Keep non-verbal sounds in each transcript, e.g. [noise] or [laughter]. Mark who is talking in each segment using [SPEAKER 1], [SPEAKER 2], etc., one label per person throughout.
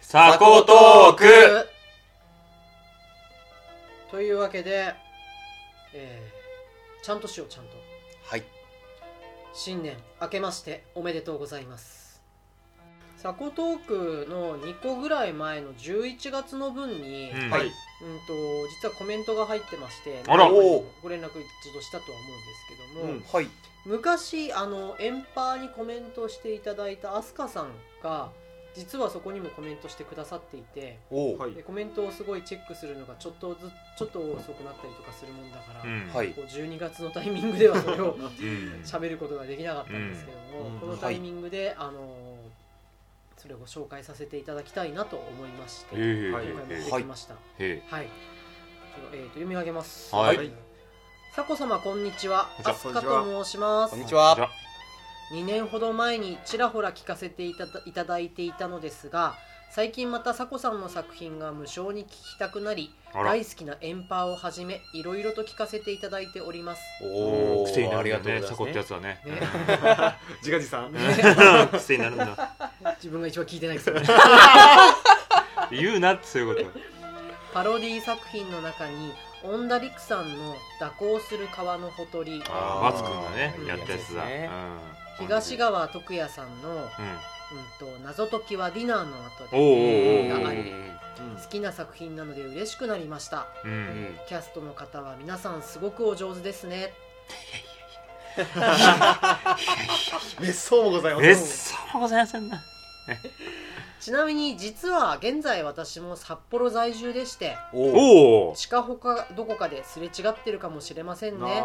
[SPEAKER 1] サコトーク
[SPEAKER 2] というわけで、えーちゃんとしようちゃんと
[SPEAKER 1] はい
[SPEAKER 2] 新年明けましておめでとうございますサコトークの2個ぐらい前の11月の分に、
[SPEAKER 1] うん
[SPEAKER 3] は
[SPEAKER 2] う
[SPEAKER 3] い。
[SPEAKER 2] んと実はコメントが入ってまして
[SPEAKER 1] あら
[SPEAKER 2] ご連絡一度したとは思うんですけども、
[SPEAKER 3] うん
[SPEAKER 1] はい
[SPEAKER 2] 昔あのエンパーにコメントしていただいたアスカさんが実はそこにもコメントしてくださっていて
[SPEAKER 1] おお
[SPEAKER 3] はい
[SPEAKER 2] でコメントをすごいチェックするのがちょっとずちょっと遅くなったりとかするもんだから、
[SPEAKER 1] うん
[SPEAKER 2] こう12月のタイミングではそれを
[SPEAKER 1] うん
[SPEAKER 2] 喋ることができなかったんですけども、
[SPEAKER 3] うん
[SPEAKER 2] このタイミングで、あのそれをご紹介させていただきたいなと思いまして、
[SPEAKER 1] へえ
[SPEAKER 3] はい
[SPEAKER 2] 今回持ってきました。
[SPEAKER 1] へ
[SPEAKER 2] はい。ちょっとえーと読み上げます。
[SPEAKER 1] はい
[SPEAKER 3] はい。
[SPEAKER 2] さこ様こんにちは。
[SPEAKER 1] こん
[SPEAKER 2] あ
[SPEAKER 1] に
[SPEAKER 2] す
[SPEAKER 3] ちは
[SPEAKER 2] かと申します。
[SPEAKER 1] え
[SPEAKER 3] は
[SPEAKER 1] じゃあ
[SPEAKER 2] 2年ほど前にちらほら聞かせていただいただいていたのですが、最近またさこさんの作品が無償に聞きたくなり、
[SPEAKER 1] あら
[SPEAKER 2] 大好きなエンパーをはじめいろいろと聞かせていただいております。
[SPEAKER 1] お
[SPEAKER 3] お
[SPEAKER 1] お
[SPEAKER 3] ー
[SPEAKER 1] 癖になるよ
[SPEAKER 3] あ
[SPEAKER 1] ね
[SPEAKER 3] りが
[SPEAKER 1] サ
[SPEAKER 3] とう
[SPEAKER 1] コ
[SPEAKER 3] ご
[SPEAKER 1] っ
[SPEAKER 3] ざ
[SPEAKER 1] て
[SPEAKER 3] い
[SPEAKER 1] やつは
[SPEAKER 3] ま
[SPEAKER 1] ね
[SPEAKER 2] ね
[SPEAKER 3] [laughs] 自画自
[SPEAKER 1] う
[SPEAKER 3] 賛。
[SPEAKER 1] ん [laughs] 癖になるんだ
[SPEAKER 2] 自分が一番聞いてないですよね。
[SPEAKER 1] 言うなってそういうこと
[SPEAKER 2] パロディ作品の中にオンダリクさんの蛇行する川のほとり、
[SPEAKER 1] あ
[SPEAKER 3] ー
[SPEAKER 1] あバツくんがね
[SPEAKER 2] うん
[SPEAKER 1] やったやつだ
[SPEAKER 3] やつですね
[SPEAKER 1] うん
[SPEAKER 2] 東川徳也さんの
[SPEAKER 1] うん
[SPEAKER 2] うんと謎解きはディナーの後
[SPEAKER 1] おうおう
[SPEAKER 2] で
[SPEAKER 1] おうおう
[SPEAKER 2] が
[SPEAKER 1] お
[SPEAKER 2] あ
[SPEAKER 1] う
[SPEAKER 2] り好きな作品なので嬉しくなりました
[SPEAKER 1] う
[SPEAKER 3] うんん。
[SPEAKER 2] キャストの方は皆さんすごくお上手ですね
[SPEAKER 3] 滅相もございま
[SPEAKER 1] えっ
[SPEAKER 3] す。
[SPEAKER 1] さまございませんな
[SPEAKER 2] ちなみに実は現在私も札幌在住でして
[SPEAKER 3] おお。
[SPEAKER 1] おお
[SPEAKER 2] 近ほかどこかですれ違ってるかもしれませんね
[SPEAKER 3] な
[SPEAKER 1] あ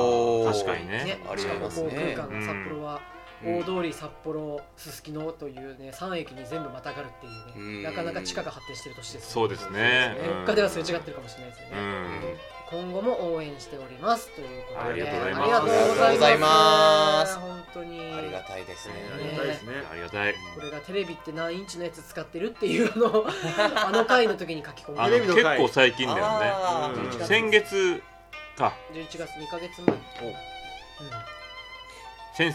[SPEAKER 3] お
[SPEAKER 1] あ
[SPEAKER 3] ー
[SPEAKER 1] 確かに
[SPEAKER 2] ね
[SPEAKER 1] ね
[SPEAKER 3] あり
[SPEAKER 2] 近
[SPEAKER 3] え
[SPEAKER 2] ほ
[SPEAKER 3] ます
[SPEAKER 2] 航
[SPEAKER 3] ね
[SPEAKER 2] 空間の札幌は
[SPEAKER 3] うん
[SPEAKER 2] 大通り札幌すすきのというね3駅に全部またがるっていう
[SPEAKER 3] う
[SPEAKER 2] ね
[SPEAKER 3] ん
[SPEAKER 2] なかなか地下が発展してる年ですね
[SPEAKER 1] そうですね
[SPEAKER 2] ね
[SPEAKER 1] うん
[SPEAKER 2] 他ではすれ違ってるかもしれないですよね、
[SPEAKER 1] うん
[SPEAKER 2] 今後も応援しておりますということで
[SPEAKER 1] ありがとうございます
[SPEAKER 2] ありがとうございます本当に
[SPEAKER 4] ありがたいですね。
[SPEAKER 3] ありがたいですね。
[SPEAKER 1] ありがたい
[SPEAKER 2] これがテレビって何インチのやつ使ってるっていう
[SPEAKER 1] [laughs]
[SPEAKER 2] あのあの回の時に書き込
[SPEAKER 1] あ
[SPEAKER 2] ん
[SPEAKER 1] の
[SPEAKER 2] で
[SPEAKER 3] テレビの
[SPEAKER 1] 結
[SPEAKER 3] 回
[SPEAKER 1] 構最近だよね
[SPEAKER 4] あー
[SPEAKER 3] う
[SPEAKER 4] 聞
[SPEAKER 3] ん
[SPEAKER 4] きたい
[SPEAKER 1] 先月か
[SPEAKER 2] 11月2か月前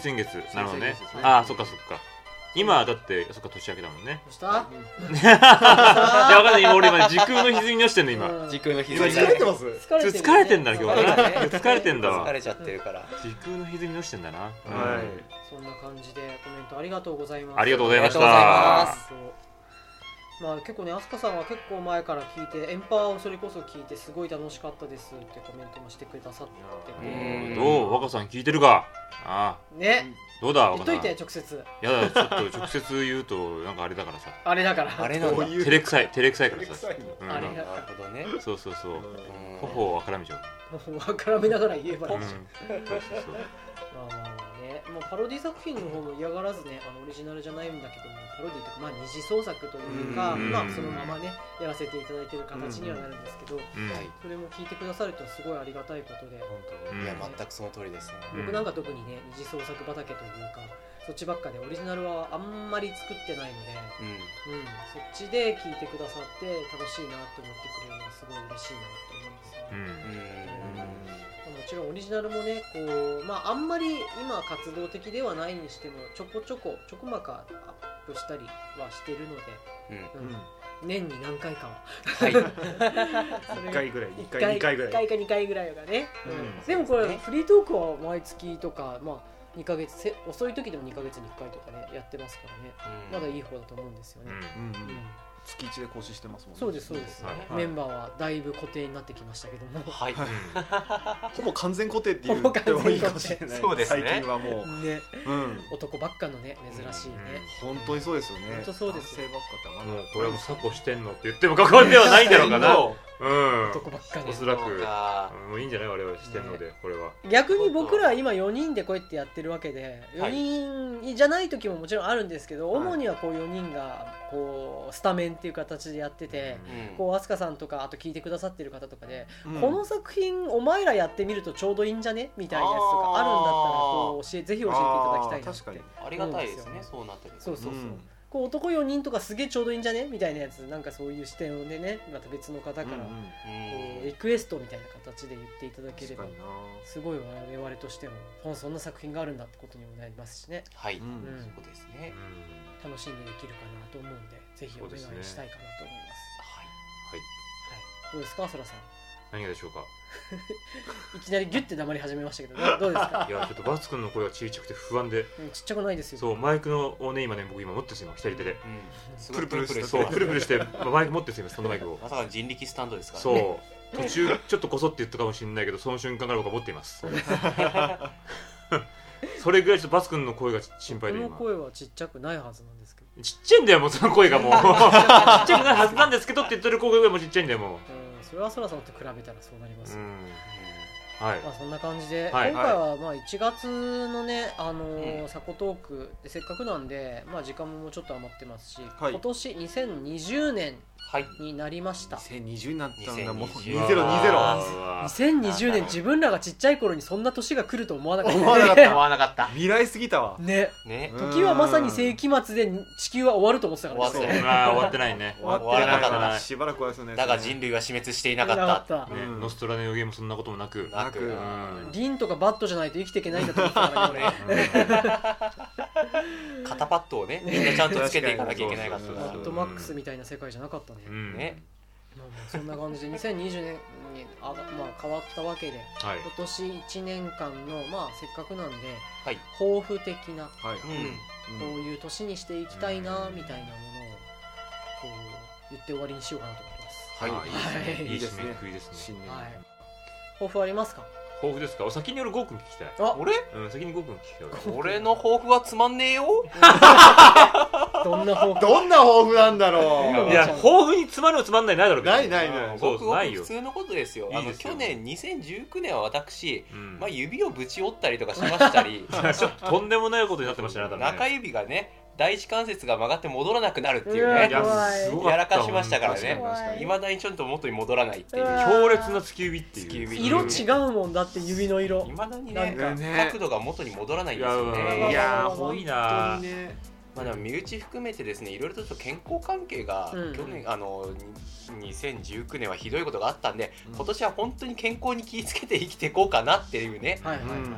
[SPEAKER 4] お
[SPEAKER 1] 先々月なるほどね
[SPEAKER 3] 先々月ですね
[SPEAKER 1] ああそっかそっか今だってそっか年明けだもんね
[SPEAKER 2] どうした
[SPEAKER 1] いや分かんない今俺今時空の歪み出してんの今
[SPEAKER 2] うん
[SPEAKER 4] 時空の日
[SPEAKER 3] 今
[SPEAKER 4] 差し
[SPEAKER 3] 疲れてます。
[SPEAKER 2] 疲れてる
[SPEAKER 1] 疲れてんだ今日
[SPEAKER 2] そう
[SPEAKER 1] は
[SPEAKER 2] だ
[SPEAKER 1] ね疲れてんだわ
[SPEAKER 4] 疲れちゃってるから。
[SPEAKER 1] 時空の歪み出してんだな
[SPEAKER 3] は
[SPEAKER 1] うん
[SPEAKER 3] い。
[SPEAKER 2] そんな感じでコメントありがとうございます
[SPEAKER 1] ありがとうございました
[SPEAKER 4] ありがとうございます
[SPEAKER 2] そうまあ結構ね、アスカさんは結構前から聞いて、エンパーをそれこそ聞いて、すごい楽しかったですってコメントもしてくださって
[SPEAKER 1] う
[SPEAKER 2] て、
[SPEAKER 1] ん
[SPEAKER 4] うん
[SPEAKER 1] どう若さん聞いてるかああ
[SPEAKER 2] ね、
[SPEAKER 1] どうだ
[SPEAKER 2] 言っ
[SPEAKER 1] 若さ
[SPEAKER 2] と
[SPEAKER 1] ん
[SPEAKER 2] いて、直接、
[SPEAKER 1] やだちょっと直接言うとなんかあれだからさ
[SPEAKER 2] あれだから、
[SPEAKER 4] あれなん
[SPEAKER 3] こう
[SPEAKER 4] だ。
[SPEAKER 3] いう
[SPEAKER 1] 照れくさい照れくさい
[SPEAKER 3] 照
[SPEAKER 1] か
[SPEAKER 3] れ
[SPEAKER 1] ら
[SPEAKER 3] く
[SPEAKER 1] さ
[SPEAKER 3] さいの。
[SPEAKER 1] うん
[SPEAKER 2] あれ
[SPEAKER 4] なるほどね。
[SPEAKER 1] そうそうそう
[SPEAKER 4] うん
[SPEAKER 1] 頬をあからめちゃう
[SPEAKER 2] もう分からめながら言えばいい、
[SPEAKER 1] うん
[SPEAKER 2] ま
[SPEAKER 1] そうそうそう
[SPEAKER 2] あまあまあね、もうパロディ作品の方も嫌がらずね、あのオリジナルじゃないんだけども、パロディというか、まあ、二次創作というか、
[SPEAKER 1] うん
[SPEAKER 2] まあ、そのままね、やらせていただいてる形にはなるんですけど、
[SPEAKER 1] うん
[SPEAKER 4] はい。
[SPEAKER 2] それも聞いてくださると、すごいありがたいことで。
[SPEAKER 1] うん
[SPEAKER 4] いや全くその通りですね。
[SPEAKER 1] うん
[SPEAKER 2] 僕なんか特にね二次創作畑というかそっちばっかでオリジナルはあんまり作ってないので、
[SPEAKER 4] うん。
[SPEAKER 2] うん、そっちで聴いてくださって楽しいなって思ってくれるのがすごい嬉しいなって思うんですよ
[SPEAKER 1] う
[SPEAKER 2] ね、
[SPEAKER 1] ん
[SPEAKER 2] もちろんオリジナルもねこう、まあ、あんまり今活動的ではないにしてもちょこちょこちょこまかアップしたりはしてるので、
[SPEAKER 4] うん。うん。
[SPEAKER 2] う
[SPEAKER 3] うんん。
[SPEAKER 2] 年に何回かは
[SPEAKER 4] はい。
[SPEAKER 2] [laughs]
[SPEAKER 3] 一回ぐらい、一
[SPEAKER 2] 一
[SPEAKER 3] 回、二回ぐ
[SPEAKER 2] 一
[SPEAKER 3] らい。
[SPEAKER 2] か2回ぐらいがね、うん
[SPEAKER 3] うん
[SPEAKER 2] でもこれ
[SPEAKER 4] そうですね
[SPEAKER 2] フリートークは毎月とかまあ2ヶ月せ遅い時でも2ヶ月に1回とかねやってますからねまだいい方だと思うんですよね、
[SPEAKER 1] う
[SPEAKER 3] うんん。
[SPEAKER 2] うん
[SPEAKER 3] 月一で更新してますもんね。
[SPEAKER 2] そうですそうです、
[SPEAKER 1] はい
[SPEAKER 2] メンバーはだいぶ固定になってきましたけども
[SPEAKER 4] はい。
[SPEAKER 3] ほぼ完全固定って
[SPEAKER 2] ほ
[SPEAKER 3] 言
[SPEAKER 2] ぼ
[SPEAKER 3] っ
[SPEAKER 2] 完
[SPEAKER 3] て
[SPEAKER 2] 全固
[SPEAKER 3] も
[SPEAKER 2] 定
[SPEAKER 3] いいかもしれない。
[SPEAKER 4] そうですね
[SPEAKER 3] 最近はもう。
[SPEAKER 2] ね
[SPEAKER 3] うん。
[SPEAKER 2] 男ばっかのね珍しいね、
[SPEAKER 3] 本当にそうですよね。
[SPEAKER 2] 本当そうですよ
[SPEAKER 3] 男性ばっかってあんまり
[SPEAKER 1] もうこれはもうサコしてんのって言っても過言ではないんだろうかなうん
[SPEAKER 2] 男ばっか
[SPEAKER 1] お
[SPEAKER 2] ね
[SPEAKER 1] そらく
[SPEAKER 4] そうか
[SPEAKER 1] もういいんじゃない我々してんのでこれは
[SPEAKER 2] 逆に僕ら今4人でこうやってやってるわけで
[SPEAKER 4] はい
[SPEAKER 2] 4人じゃない時ももちろんあるんですけど、
[SPEAKER 3] はい
[SPEAKER 2] 主にはこう4人がこうスタメンっていう形でやってて、
[SPEAKER 4] うん
[SPEAKER 2] こう飛鳥さんとかあと聞いてくださってる方とかで、
[SPEAKER 3] うん
[SPEAKER 2] この作品お前らやってみるとちょうどいいんじゃねみたいなやつとかあるんだったらこう教えぜひ教えていただきたいなって
[SPEAKER 3] あー確かに
[SPEAKER 4] ありがたいですね。そうなってる。
[SPEAKER 2] そうそうそう、
[SPEAKER 3] うん
[SPEAKER 2] こう男4人とかすげえちょうどいいんじゃねみたいなやつなんかそういう視点でねまた別の方から、
[SPEAKER 3] うんう
[SPEAKER 2] こ
[SPEAKER 3] ん
[SPEAKER 2] うリクエストみたいな形で言っていただけれ
[SPEAKER 3] 確
[SPEAKER 2] ば
[SPEAKER 3] かにな
[SPEAKER 2] すごい我々としてもファンそんな作品があるんだってことにもなりますしね
[SPEAKER 4] はい、
[SPEAKER 3] う
[SPEAKER 4] そ
[SPEAKER 3] ん
[SPEAKER 4] うですね、
[SPEAKER 2] 楽しんでできるかなと思うんでぜひお願いしたいかなと思います
[SPEAKER 4] は
[SPEAKER 1] はい
[SPEAKER 4] い
[SPEAKER 2] はい、どうですかそらさん
[SPEAKER 1] 何がでしょうか
[SPEAKER 2] いきなりギュッて黙り始めましたけどどうどうですか
[SPEAKER 3] [laughs]
[SPEAKER 1] いやちょっとバツ君の声がちっちゃくて不安で
[SPEAKER 2] うんちっちゃくないですよ
[SPEAKER 1] そうマイクのをね今ね僕今持ってるんですよ今左手で
[SPEAKER 4] うんす
[SPEAKER 3] プルプルして
[SPEAKER 1] そうプルプル
[SPEAKER 4] し
[SPEAKER 1] してまマイク持ってるんですよ今そのマイクを
[SPEAKER 4] てまさかの人力スタンドですからね
[SPEAKER 1] そう途中ちょっとこそって言ったかもしれないけどその瞬間から僕は持っています [laughs] それぐらいちょっとバツ君の声が心配で
[SPEAKER 2] こ
[SPEAKER 1] 今
[SPEAKER 2] の声はちっちゃくないはずなんですけど
[SPEAKER 1] ちっちゃいんだよもうその声がもうちっちゃくないはずなんですけどって言ってる声がもうちっちゃいんだよも
[SPEAKER 2] うんそれはそらさんと比べたらそうなりま
[SPEAKER 1] う
[SPEAKER 2] す
[SPEAKER 1] う
[SPEAKER 2] よ、
[SPEAKER 1] ん
[SPEAKER 4] う
[SPEAKER 1] はい
[SPEAKER 2] まあそんな感じで、
[SPEAKER 1] はい
[SPEAKER 2] 今回はまあ1月のね、あのー
[SPEAKER 4] う
[SPEAKER 2] サコトークでせっかくなんで、まあ、時間もちょっと余ってますし、
[SPEAKER 3] はい
[SPEAKER 2] 今年2020年
[SPEAKER 4] はい
[SPEAKER 2] になりました
[SPEAKER 3] 2020になったんだもう
[SPEAKER 4] 2020
[SPEAKER 3] 2020
[SPEAKER 1] わーわー
[SPEAKER 2] 2020年自分らがちっちゃい頃にそんな年が来ると思わなかった
[SPEAKER 3] 思わなかった
[SPEAKER 4] 思わなかった
[SPEAKER 3] 未来すぎたわ
[SPEAKER 2] [laughs] ね
[SPEAKER 4] ね
[SPEAKER 3] うん
[SPEAKER 2] 時はまさに世紀末で地球は終わると思ってたからね
[SPEAKER 4] 終わっ
[SPEAKER 3] そう
[SPEAKER 1] あー終わってないね
[SPEAKER 3] 終わってな
[SPEAKER 4] 終わらな
[SPEAKER 3] か
[SPEAKER 4] か
[SPEAKER 3] っ
[SPEAKER 1] った
[SPEAKER 3] たしばらくはですよね
[SPEAKER 4] だが人類は死滅していなかった
[SPEAKER 2] なかっ
[SPEAKER 1] ね
[SPEAKER 3] うん
[SPEAKER 1] ノストラの予言もそんなこともなく
[SPEAKER 4] なく
[SPEAKER 1] う
[SPEAKER 2] た
[SPEAKER 1] ん
[SPEAKER 2] リンとかバットじゃないと生きていけないんだと思ってたからね
[SPEAKER 4] 肩パッドをねみんなちゃんとつけていかなきゃいけないかっ
[SPEAKER 3] そ
[SPEAKER 4] た
[SPEAKER 3] う
[SPEAKER 2] 俺バ
[SPEAKER 3] そうそう
[SPEAKER 2] ットマックスみたいな世界じゃなかったね、
[SPEAKER 1] う
[SPEAKER 2] ま
[SPEAKER 1] ん
[SPEAKER 4] ね
[SPEAKER 2] あまあそんな感じで2020年にあ、まあ、変わったわけで
[SPEAKER 1] はい
[SPEAKER 2] 今年1年間の、まあ、せっかくなんで
[SPEAKER 4] はい
[SPEAKER 2] 抱負的な
[SPEAKER 3] はいう
[SPEAKER 2] こういう年にしていきたいな
[SPEAKER 1] うん
[SPEAKER 2] みたいなものをこう言って終わりにしようかなと思います、
[SPEAKER 1] はい
[SPEAKER 3] はい
[SPEAKER 1] いい
[SPEAKER 3] いい
[SPEAKER 1] で
[SPEAKER 3] ですす
[SPEAKER 1] ねいい締
[SPEAKER 3] ね
[SPEAKER 1] めくくりですね
[SPEAKER 3] 新年
[SPEAKER 2] はい、抱負ありますか
[SPEAKER 1] 抱負ですかお先に俺ゴーくん聞きたい
[SPEAKER 2] あ
[SPEAKER 4] ん俺
[SPEAKER 1] うん先にゴーくん聞きたい俺
[SPEAKER 4] 俺の抱負はつまんねえよ
[SPEAKER 2] どんな抱負
[SPEAKER 3] どんな抱負なんだろ
[SPEAKER 1] いや抱負につまるのつまんないないだろうけど
[SPEAKER 3] ないないない
[SPEAKER 1] そう
[SPEAKER 4] 僕
[SPEAKER 1] そうな
[SPEAKER 4] はい
[SPEAKER 1] よ
[SPEAKER 4] 普通のことですよあ
[SPEAKER 1] いい
[SPEAKER 4] の
[SPEAKER 1] ですよ
[SPEAKER 4] 去年2019年は私
[SPEAKER 1] うん
[SPEAKER 4] まあ指をぶち折ったりとかしましたり
[SPEAKER 1] [laughs] ちょっととんでもないことになって
[SPEAKER 4] [laughs]
[SPEAKER 1] ましたねあなたね
[SPEAKER 4] 中指がね第一関節が曲がって戻らなくなるっていう
[SPEAKER 2] う
[SPEAKER 1] い
[SPEAKER 4] ね
[SPEAKER 2] わ
[SPEAKER 1] やすごかった
[SPEAKER 4] やらかしましたからね
[SPEAKER 3] 確かに
[SPEAKER 4] いまだにちょっと元に戻らないっていう
[SPEAKER 2] うわ
[SPEAKER 1] 強烈な突き指っていう
[SPEAKER 4] 突き指
[SPEAKER 2] 色違うもんだって指の色
[SPEAKER 4] いまだに
[SPEAKER 3] な
[SPEAKER 4] ね
[SPEAKER 3] んかね
[SPEAKER 4] 角度が元に戻らないん
[SPEAKER 1] い
[SPEAKER 4] です
[SPEAKER 1] や
[SPEAKER 4] よ
[SPEAKER 1] ー
[SPEAKER 4] ね
[SPEAKER 1] い
[SPEAKER 2] い
[SPEAKER 1] やー
[SPEAKER 2] やー
[SPEAKER 1] 多い
[SPEAKER 3] 本
[SPEAKER 1] な
[SPEAKER 3] 当にね
[SPEAKER 4] まあでも身内含めてですねいろいろとちょっと健康関係が
[SPEAKER 2] うん
[SPEAKER 4] 去年あのに2019年はひどいことがあったんで
[SPEAKER 3] うん
[SPEAKER 4] 今年は本当に健康に気をつけて生きていこうかなっていうね
[SPEAKER 2] はいはいは
[SPEAKER 1] う
[SPEAKER 2] い、
[SPEAKER 1] ん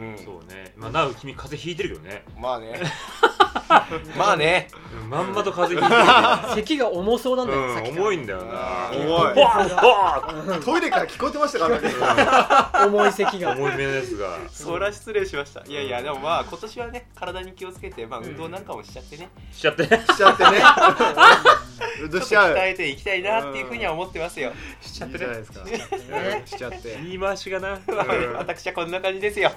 [SPEAKER 4] うん
[SPEAKER 1] そうねまあなお君風邪ひいてるけどね
[SPEAKER 4] まあ [laughs] ねまあね
[SPEAKER 1] うんまんまと風邪ひいて
[SPEAKER 2] 咳が重そうなんだよ、さっ
[SPEAKER 1] る
[SPEAKER 2] き
[SPEAKER 1] うん
[SPEAKER 2] から
[SPEAKER 1] 重いんだよな
[SPEAKER 3] 重い
[SPEAKER 1] ボワッボワッ
[SPEAKER 3] トイレから聞こえてましたからね
[SPEAKER 2] 重い咳が
[SPEAKER 1] 重いめですが
[SPEAKER 4] そりゃ失礼しましたいやいやでもまあ今年はね体に気をつけてまあ運動なんかもしちゃってね
[SPEAKER 1] しちゃって
[SPEAKER 3] しちゃってね
[SPEAKER 4] ちょっと
[SPEAKER 3] しちゃう
[SPEAKER 4] 鍛えていきたいなっていうふうには思ってますよ
[SPEAKER 1] し
[SPEAKER 3] いいじゃないですか
[SPEAKER 2] ね
[SPEAKER 3] しちゃって
[SPEAKER 1] 言い回しがな
[SPEAKER 4] [laughs] 私はこんな感じですよ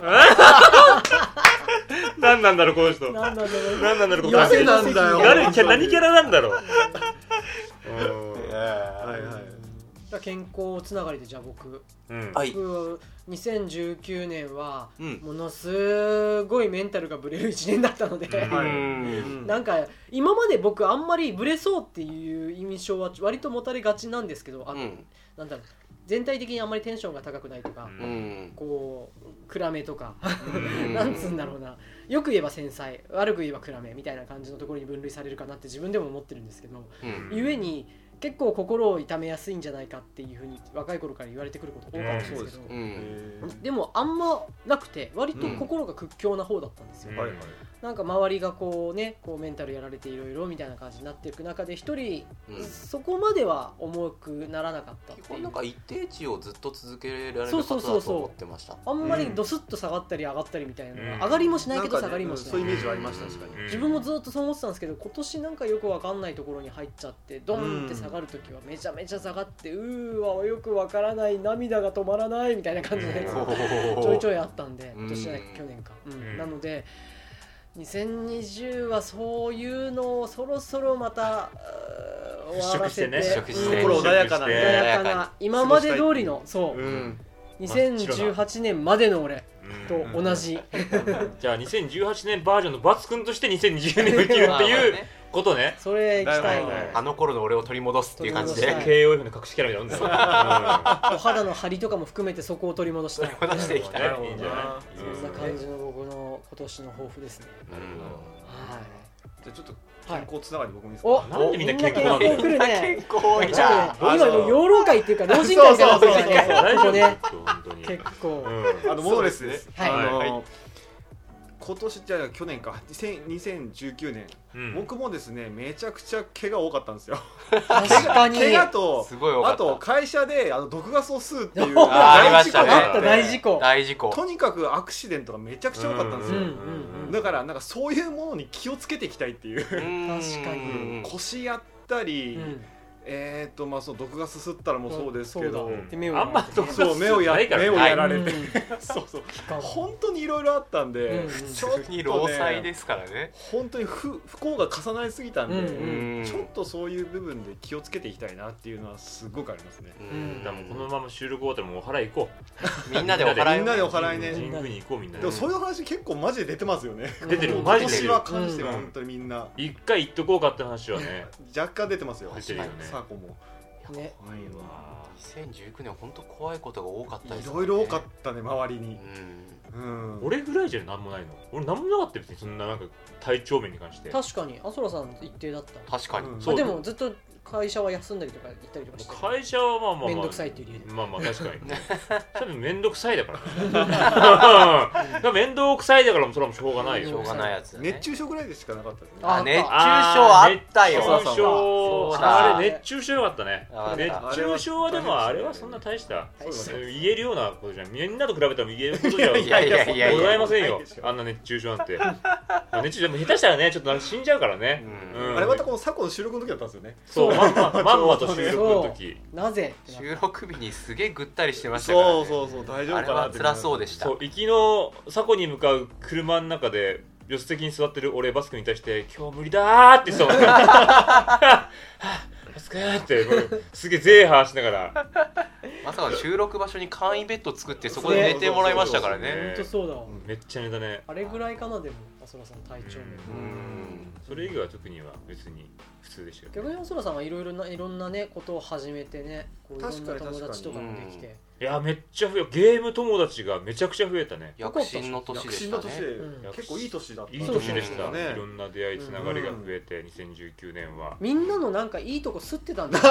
[SPEAKER 1] 何なんだろうこの人
[SPEAKER 2] なんだろう
[SPEAKER 1] 何なんだろうこの
[SPEAKER 3] 寄
[SPEAKER 1] 人
[SPEAKER 3] せなんだよ
[SPEAKER 1] 誰キャ何キャラなんだろう
[SPEAKER 3] は
[SPEAKER 4] はい
[SPEAKER 3] はい
[SPEAKER 2] 健康つながりでじゃあ僕
[SPEAKER 1] うん
[SPEAKER 4] はい
[SPEAKER 2] 僕は2019年は
[SPEAKER 4] うん
[SPEAKER 2] ものすごいメンタルがブレる1年だったので、
[SPEAKER 1] うん
[SPEAKER 4] うん
[SPEAKER 2] なんか今まで僕あんまりブレそうっていう印象は割と持たれがちなんですけどあの、
[SPEAKER 4] うん
[SPEAKER 2] なんだろう全体的にあんまりテンションが高くないとか、
[SPEAKER 1] うん
[SPEAKER 4] うん
[SPEAKER 2] こう暗めとか
[SPEAKER 1] うん
[SPEAKER 2] [laughs] なんつうんだろうなよく言えば繊細悪く言えば暗めみたいな感じのところに分類されるかなって自分でも思ってるんですけど
[SPEAKER 4] うん
[SPEAKER 2] ゆえに結構心を痛めやすいんじゃないかっていうふうに若い頃から言われてくること多かったんですけど、
[SPEAKER 3] うんそうです
[SPEAKER 4] う
[SPEAKER 2] で
[SPEAKER 4] ん
[SPEAKER 2] もあんまなくて割と心が屈強な方だったんですよ、
[SPEAKER 1] うん
[SPEAKER 3] はいはい
[SPEAKER 2] なんか周りがこうねこうメンタルやられていろいろみたいな感じになっていく中で一人、
[SPEAKER 4] うん
[SPEAKER 2] そこまでは重くならなかったっ
[SPEAKER 4] 基
[SPEAKER 2] てい
[SPEAKER 4] 本
[SPEAKER 2] う
[SPEAKER 4] なんか一定値をずっと続けられる方
[SPEAKER 2] そう
[SPEAKER 4] だ
[SPEAKER 2] そうそうそ
[SPEAKER 4] と
[SPEAKER 2] う
[SPEAKER 4] 思ってました
[SPEAKER 2] あんまりドスッと下がったり上がったりみたいなのは、
[SPEAKER 1] うん
[SPEAKER 2] 上がりもしないけど
[SPEAKER 3] な
[SPEAKER 2] 下が
[SPEAKER 3] んかね
[SPEAKER 2] り
[SPEAKER 3] う
[SPEAKER 2] も
[SPEAKER 3] ん
[SPEAKER 2] しない、
[SPEAKER 3] そういうイメージはありました確かに
[SPEAKER 1] うん
[SPEAKER 2] 自分もずっとそう思ってたんですけど今年なんかよくわかんないところに入っちゃってドンって下がる時はめちゃめちゃ下がってうーわよくわからない涙が止まらないみたいな感じのやつがちょいちょいあったんで
[SPEAKER 4] うん
[SPEAKER 2] 今年じゃない去年か、うん
[SPEAKER 1] ん
[SPEAKER 2] なので2020はそういうのをそろそろまたうー終わらせて
[SPEAKER 1] 払拭
[SPEAKER 4] してね
[SPEAKER 3] 心穏やかな
[SPEAKER 1] 払拭して
[SPEAKER 2] 穏
[SPEAKER 4] ね
[SPEAKER 2] やかな今まで通りのそうう、
[SPEAKER 3] ん
[SPEAKER 2] 2018年までの俺と同じ、
[SPEAKER 1] じゃあ2018年バージョンのバツ君として2020年を生きるっていうことね
[SPEAKER 2] それ行きたい
[SPEAKER 3] なるほど
[SPEAKER 2] ね
[SPEAKER 3] ね
[SPEAKER 4] あの頃の俺を取り戻すっていう感じ
[SPEAKER 2] 取り
[SPEAKER 4] で
[SPEAKER 2] 戻し
[SPEAKER 1] KOF の隠しキャラみたいなもんだよ
[SPEAKER 2] お肌の張りとかも含めてそこを取り戻したい
[SPEAKER 4] 取り戻していきたい
[SPEAKER 1] なる
[SPEAKER 4] な
[SPEAKER 1] ほどねいいんじゃない
[SPEAKER 2] そんな感じの僕の今年の抱負ですね
[SPEAKER 1] うん
[SPEAKER 2] はい
[SPEAKER 3] じゃあちょっと健康つながり僕もいいです
[SPEAKER 2] お
[SPEAKER 3] か
[SPEAKER 1] なんでみんな健康
[SPEAKER 2] み
[SPEAKER 1] なんん
[SPEAKER 2] な
[SPEAKER 1] だ
[SPEAKER 2] 健
[SPEAKER 1] よ
[SPEAKER 2] 康来るね
[SPEAKER 4] 健康い
[SPEAKER 2] ちょっとね
[SPEAKER 4] た
[SPEAKER 2] 今もう養老会っていうか老人
[SPEAKER 3] そ
[SPEAKER 2] 会
[SPEAKER 3] うそ
[SPEAKER 2] から
[SPEAKER 3] うそう
[SPEAKER 2] そうだね
[SPEAKER 1] 大
[SPEAKER 2] こ
[SPEAKER 1] 丈
[SPEAKER 2] こ
[SPEAKER 1] 夫ですよ本
[SPEAKER 2] ね
[SPEAKER 1] 当に
[SPEAKER 2] 結構
[SPEAKER 1] うん
[SPEAKER 3] あのモドレスです
[SPEAKER 2] はい
[SPEAKER 3] あの
[SPEAKER 4] はい
[SPEAKER 3] 今年じゃあ去年か2000 2019年、
[SPEAKER 1] うん
[SPEAKER 3] 僕もですねめちゃくちゃ毛が多かったんですよ
[SPEAKER 2] 確かに
[SPEAKER 3] 怪我と
[SPEAKER 4] すごい多かった
[SPEAKER 3] あと会社であの毒ガスを吸うっていう
[SPEAKER 4] あーありま
[SPEAKER 3] 大
[SPEAKER 4] し
[SPEAKER 3] 事
[SPEAKER 4] た
[SPEAKER 3] 故
[SPEAKER 4] ね
[SPEAKER 3] があって
[SPEAKER 2] 大事故
[SPEAKER 4] 大事故
[SPEAKER 3] とにかくアクシデントがめちゃくちゃ多かったんですよ、
[SPEAKER 2] うんうん
[SPEAKER 3] だからなんかそういうものに気をつけていきたいっていう、
[SPEAKER 4] 確
[SPEAKER 2] かにうん
[SPEAKER 3] 腰やったり、
[SPEAKER 2] うん
[SPEAKER 3] えー、とまあその毒ガス吸ったらもそうですけど
[SPEAKER 2] そうだ
[SPEAKER 1] うん
[SPEAKER 2] で目を
[SPEAKER 1] あんま
[SPEAKER 2] そう
[SPEAKER 3] そう目をや
[SPEAKER 1] ないからね
[SPEAKER 3] 目をやられ
[SPEAKER 2] うん
[SPEAKER 3] て、 [laughs] そうそう
[SPEAKER 2] 期間
[SPEAKER 3] 本当にいろいろあったんで、
[SPEAKER 2] うん
[SPEAKER 3] ちょっ
[SPEAKER 4] 普
[SPEAKER 3] と
[SPEAKER 4] 通に労災
[SPEAKER 3] ね
[SPEAKER 4] ですからね
[SPEAKER 3] 本当に不不幸が重なりすぎたんで、
[SPEAKER 2] うん
[SPEAKER 4] うん
[SPEAKER 3] ちょっとそういう部分で気をつけていきたいなっていうのはすごくありますね、
[SPEAKER 2] ん
[SPEAKER 1] じゃあもうこのまま収録終わったらもうお祓い行こ
[SPEAKER 4] みんなでお祓いを
[SPEAKER 3] みんなでお祓いね
[SPEAKER 1] う神宮に行こうみんな
[SPEAKER 3] でもそういう話結構マジで出てますよね
[SPEAKER 1] 出てる
[SPEAKER 3] 今
[SPEAKER 1] マジで
[SPEAKER 3] 年は関しては
[SPEAKER 1] うん
[SPEAKER 3] 本当にみんな
[SPEAKER 1] 一回行っとこうかって話はね
[SPEAKER 3] 若干出てますよ
[SPEAKER 1] 出てるよね
[SPEAKER 3] サーコも
[SPEAKER 2] ね
[SPEAKER 3] 怖いわ
[SPEAKER 4] 2019年本当怖いことが多かったです
[SPEAKER 3] い
[SPEAKER 4] ね
[SPEAKER 3] ろいろ多かったね周りに
[SPEAKER 4] うん
[SPEAKER 3] うん
[SPEAKER 1] 俺ぐらいじゃなんもないの俺なんもなかったよ別にそんななんか体調面に関しても
[SPEAKER 2] 確かにアソラさん一定だった
[SPEAKER 4] 確かに
[SPEAKER 3] うん
[SPEAKER 2] ま
[SPEAKER 1] そ
[SPEAKER 2] あ
[SPEAKER 1] う
[SPEAKER 2] でもずっと会社は休んだりとか行ったりとか
[SPEAKER 1] う
[SPEAKER 2] して
[SPEAKER 1] 会社はまあまあまあ
[SPEAKER 2] めんどくさいっていう理由で
[SPEAKER 1] まあまあ確
[SPEAKER 2] [laughs]
[SPEAKER 1] かに多分面倒くさいだ [laughs] からねうん面倒くさいだからもうそれはもうしょうがない
[SPEAKER 4] し
[SPEAKER 1] よ
[SPEAKER 4] ょうがないやつだね
[SPEAKER 3] 熱中症ぐらいでしかなかったですね
[SPEAKER 2] あ
[SPEAKER 4] あ熱中症
[SPEAKER 1] あ
[SPEAKER 4] あ
[SPEAKER 1] ー
[SPEAKER 4] ったよ
[SPEAKER 1] 熱中
[SPEAKER 4] そ
[SPEAKER 1] 症
[SPEAKER 4] うだ
[SPEAKER 1] あれ熱中症よかったね
[SPEAKER 4] あれ
[SPEAKER 1] 熱中症はでもあれはそんな大した言えるようなことじゃんみんなと比べたら言えることじゃ
[SPEAKER 4] いやいやいやいや
[SPEAKER 1] ございませんよ
[SPEAKER 3] ないでしょ
[SPEAKER 1] あんな熱中症なんて熱中症でも下手したらねちょっとなんか死んじゃうからね
[SPEAKER 4] う
[SPEAKER 1] うん
[SPEAKER 3] あれまたこのサコの収録の時だったんですよね
[SPEAKER 1] そうまんま
[SPEAKER 4] [laughs]
[SPEAKER 1] まんまと収録の時
[SPEAKER 2] なぜってな
[SPEAKER 4] 収録日にすげえぐったりしてましたからね
[SPEAKER 3] そうそうそう大丈
[SPEAKER 4] あ
[SPEAKER 3] 夫
[SPEAKER 4] れ
[SPEAKER 3] かな
[SPEAKER 4] は
[SPEAKER 3] って
[SPEAKER 4] 辛そうでした
[SPEAKER 1] そう行きの佐古に向かう車の中で助手席に座ってる俺バスクに対して「今日無理だ!」って言ってたもんはあは [laughs] あバスクーってもうすげえゼーハーしながら
[SPEAKER 4] まさかの収録場所に簡易ベッド作ってそこで寝てもらいましたからね
[SPEAKER 2] 本当そうだわ
[SPEAKER 3] うん
[SPEAKER 1] めっちゃ寝たね
[SPEAKER 2] あれぐらいかなでもアソラさんの体調面
[SPEAKER 1] う
[SPEAKER 4] うん
[SPEAKER 1] それ以外は特には別に普通でしたよ
[SPEAKER 2] 逆にアソラさんはいろいろないろんなねことを始めてねこういろんな友達とかもできて
[SPEAKER 1] いやめっちゃ増えゲーム友達がめちゃくちゃ増えたね
[SPEAKER 4] 躍進の年で
[SPEAKER 3] 躍
[SPEAKER 4] し
[SPEAKER 3] 進
[SPEAKER 4] た
[SPEAKER 3] の年
[SPEAKER 4] ね
[SPEAKER 3] で
[SPEAKER 2] うん
[SPEAKER 3] 結構いい年だった
[SPEAKER 1] いい年でし
[SPEAKER 4] そ
[SPEAKER 1] た、
[SPEAKER 4] う
[SPEAKER 1] いろんな出会いつながりが増えて2019年は
[SPEAKER 2] みんなのなんかいいとこ吸ってたんだよ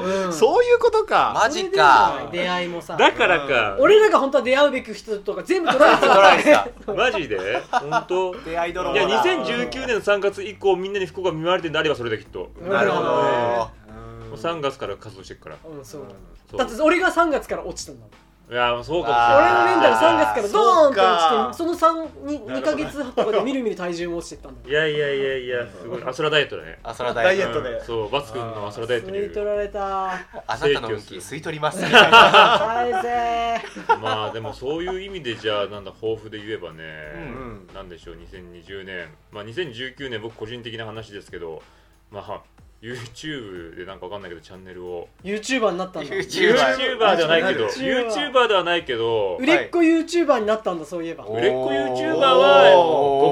[SPEAKER 2] うん
[SPEAKER 3] そういうことか
[SPEAKER 4] マジか
[SPEAKER 2] それで出会いもさ
[SPEAKER 1] だからか
[SPEAKER 2] 俺らが本当は出会うべき人とか全部取られてた
[SPEAKER 4] 取られてた
[SPEAKER 1] マジで本当
[SPEAKER 4] 出会い
[SPEAKER 3] 泥
[SPEAKER 1] い
[SPEAKER 3] 棒
[SPEAKER 1] や
[SPEAKER 3] だ
[SPEAKER 1] 2019年の3月以降みんなに不幸が見舞われてるんであればそれできっと、
[SPEAKER 2] うん
[SPEAKER 1] も
[SPEAKER 4] なるほど
[SPEAKER 1] う
[SPEAKER 3] うん
[SPEAKER 1] 3月から活動してるから
[SPEAKER 2] うんそうだ
[SPEAKER 1] そう
[SPEAKER 2] だって俺が3月から落ちたんだもん
[SPEAKER 1] いやもうそう
[SPEAKER 2] 俺
[SPEAKER 1] か
[SPEAKER 2] のメンタル3月からドーンって
[SPEAKER 3] あー
[SPEAKER 2] 落ちてその3に2ヶ月とかでみるみる体重も落ちてったん
[SPEAKER 1] [laughs]
[SPEAKER 2] だ
[SPEAKER 1] もしれないいやいやいやいやすごいアスラダイエットだね
[SPEAKER 4] あそれは大
[SPEAKER 3] ダイエットで
[SPEAKER 1] うんそうバツ君のアスラダイエットに
[SPEAKER 2] 吸い取られた
[SPEAKER 4] あなたの運気吸い取りますみたいな
[SPEAKER 2] 返せ
[SPEAKER 1] まあでもそういう意味でじゃあなんだ抱負で言えばね、
[SPEAKER 3] うん
[SPEAKER 1] なんでしょう2020年まあ2019年僕個人的な話ですけどまあ YouTube でなんかわかんないけどチャンネルを
[SPEAKER 2] YouTuber になったんだ
[SPEAKER 4] YouTube
[SPEAKER 1] YouTuber ではないけど
[SPEAKER 2] YouTuber
[SPEAKER 1] YouTuber ではないけど
[SPEAKER 2] 売れっ子 YouTuber になったんだそういえば
[SPEAKER 4] お
[SPEAKER 1] 売れっ子 YouTuber
[SPEAKER 4] お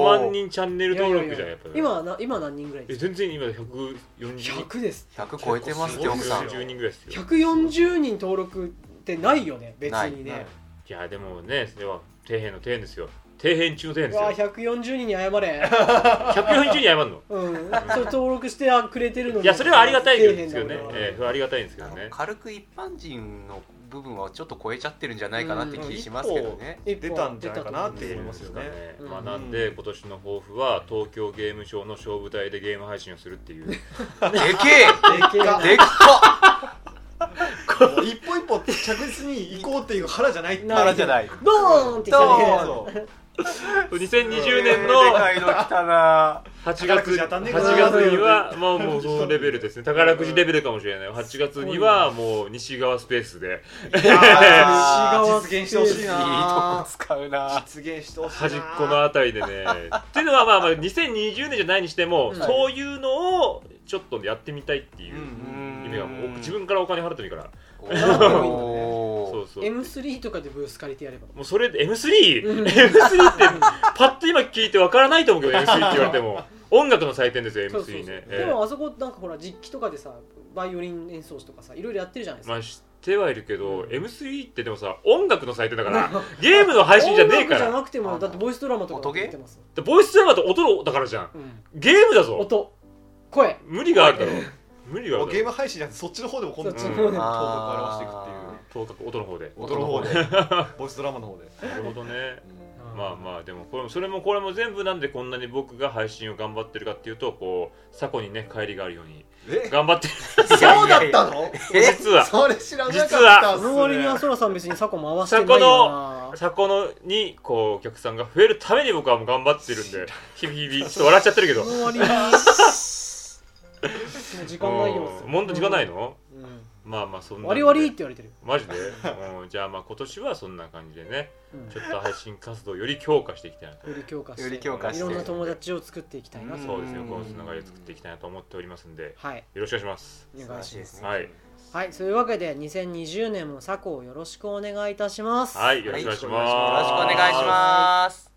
[SPEAKER 1] は
[SPEAKER 4] ー
[SPEAKER 1] 5万人チャンネル登録じゃんやっぱり
[SPEAKER 2] 今はな今何人ぐらい
[SPEAKER 1] え
[SPEAKER 2] ですか
[SPEAKER 1] 全然今140人
[SPEAKER 2] 100です
[SPEAKER 4] 100超えてますって奥さん
[SPEAKER 1] 140人ぐらいですよ
[SPEAKER 2] 140人登録ってないよね別に
[SPEAKER 3] ない
[SPEAKER 2] ね
[SPEAKER 1] いやでもねでは底辺の底辺ですよ底辺中の底
[SPEAKER 2] うわ
[SPEAKER 1] 辺ですよ
[SPEAKER 2] 140人に謝れ
[SPEAKER 1] 140人に謝るの
[SPEAKER 2] うんそれ登録してくれてるのに
[SPEAKER 1] いやそれはありがたいですけどね
[SPEAKER 2] 底辺だ俺は
[SPEAKER 1] ええそれはありがたいんですけどね
[SPEAKER 4] 軽く一般人の部分はちょっと超えちゃってるんじゃないかなって気しますけどね
[SPEAKER 2] 一本
[SPEAKER 3] 出たんじゃないかなっ
[SPEAKER 2] 出
[SPEAKER 3] て
[SPEAKER 2] たと思
[SPEAKER 3] 思いうますよね
[SPEAKER 1] ですか
[SPEAKER 2] うん
[SPEAKER 1] まあ、なんで今年の抱負は東京ゲームショウの勝負台でゲーム配信をするっていう
[SPEAKER 4] でけ
[SPEAKER 2] でけえな
[SPEAKER 4] えでっか
[SPEAKER 3] もう一歩一歩着実に行こうっていう腹じゃない
[SPEAKER 4] っ腹じゃない
[SPEAKER 2] ドーンってきたね
[SPEAKER 3] そうそう
[SPEAKER 1] 2020年
[SPEAKER 4] で
[SPEAKER 1] の
[SPEAKER 4] かいの来たな
[SPEAKER 1] 8
[SPEAKER 3] 宝
[SPEAKER 1] 月
[SPEAKER 3] くじ当たんねえかな
[SPEAKER 1] 8月にはまあもうそのレベルですね宝くじレベルかもしれない8月にはもう西側スペースで
[SPEAKER 3] あ
[SPEAKER 2] 西側
[SPEAKER 3] ー実現してほしい
[SPEAKER 4] いいと
[SPEAKER 3] な
[SPEAKER 4] こ使うな
[SPEAKER 3] 実現してほしいな
[SPEAKER 1] 端っこのあたりでねっていうのはまあまあ2020年じゃないにしても、
[SPEAKER 2] うん
[SPEAKER 1] そういうのをちょっとやってみたいっていううん夢がもう自分からお金払ってもいいからそ
[SPEAKER 4] お
[SPEAKER 1] うそうも
[SPEAKER 2] M3 とかでブース借りてやれば
[SPEAKER 1] うそれで M3M3
[SPEAKER 2] うん
[SPEAKER 1] ってパッと今聞いてわからないと思う
[SPEAKER 2] [laughs]
[SPEAKER 1] けど M3 って言われても音楽の祭典ですよ
[SPEAKER 2] そうそうそう
[SPEAKER 1] M3 ねえ
[SPEAKER 2] で
[SPEAKER 1] え
[SPEAKER 2] もあそこなんかほら実機とかでさバイオリン演奏士とかさいろいろやってるじゃないです
[SPEAKER 1] ま
[SPEAKER 2] か
[SPEAKER 1] あしってはいるけど、M3 ってでもさ音楽の祭典だからゲームの配信じゃねえか
[SPEAKER 2] 音楽じゃ
[SPEAKER 1] ら
[SPEAKER 2] なくてもだってボイスドラマとか
[SPEAKER 4] 音ゲー
[SPEAKER 2] やってます、
[SPEAKER 1] でボイスドラマと音のだからじゃん
[SPEAKER 2] うん、
[SPEAKER 1] ゲームだぞ
[SPEAKER 2] 音声
[SPEAKER 1] 無理があるだろ無理があ
[SPEAKER 3] もう
[SPEAKER 1] るだ
[SPEAKER 3] ゲー
[SPEAKER 1] ろ
[SPEAKER 3] ム配信じゃなくてそっちの方でも今度
[SPEAKER 2] そっ
[SPEAKER 1] ち
[SPEAKER 3] 頭
[SPEAKER 1] の
[SPEAKER 2] 方でも
[SPEAKER 3] 角を表していくっていう
[SPEAKER 1] 頭角音の方で
[SPEAKER 3] 音の方でボイスドラマの方で、
[SPEAKER 1] なるほどね
[SPEAKER 2] う
[SPEAKER 3] う
[SPEAKER 2] ん
[SPEAKER 1] まあまあでもこれもそれもこれも全部なんでこんなに僕が配信を頑張ってるかっていうとこう過去にね帰りがあるように
[SPEAKER 3] んえ
[SPEAKER 1] 頑張ってる
[SPEAKER 3] そうだったの
[SPEAKER 1] 実は
[SPEAKER 3] それ知らなかっ
[SPEAKER 1] 実は
[SPEAKER 3] たっ
[SPEAKER 2] そ
[SPEAKER 3] すね
[SPEAKER 2] の割にはそらさん別にサコ回してないよな
[SPEAKER 1] 昨今のにこうお客さんが増えるために僕はもう頑張ってるんで日々日々ちょっと笑っちゃってるけど
[SPEAKER 2] その
[SPEAKER 1] [laughs]
[SPEAKER 2] 割にもう時間ないよ
[SPEAKER 1] うんもんと時間ない、の、
[SPEAKER 2] うん
[SPEAKER 1] まあまあそんな
[SPEAKER 2] 割り割りって言われてる、
[SPEAKER 1] マジで、うん、じゃあまあ今年はそんな感じでね
[SPEAKER 2] うん
[SPEAKER 1] ちょっと配信活動をより強化していきたいなと
[SPEAKER 2] より強化して
[SPEAKER 4] より強化して
[SPEAKER 2] いろんな友達を作っていきたいなと、
[SPEAKER 4] うん
[SPEAKER 1] そうですねこのつながりを作っていきたいなと思っておりますんで
[SPEAKER 2] はい
[SPEAKER 1] よろしくお願いします
[SPEAKER 2] お願いします
[SPEAKER 1] はい
[SPEAKER 2] はいそういうわけで2020年もサコをよろしくお願いいたします
[SPEAKER 1] はいよろしくお願いします、
[SPEAKER 4] よろしくお願いします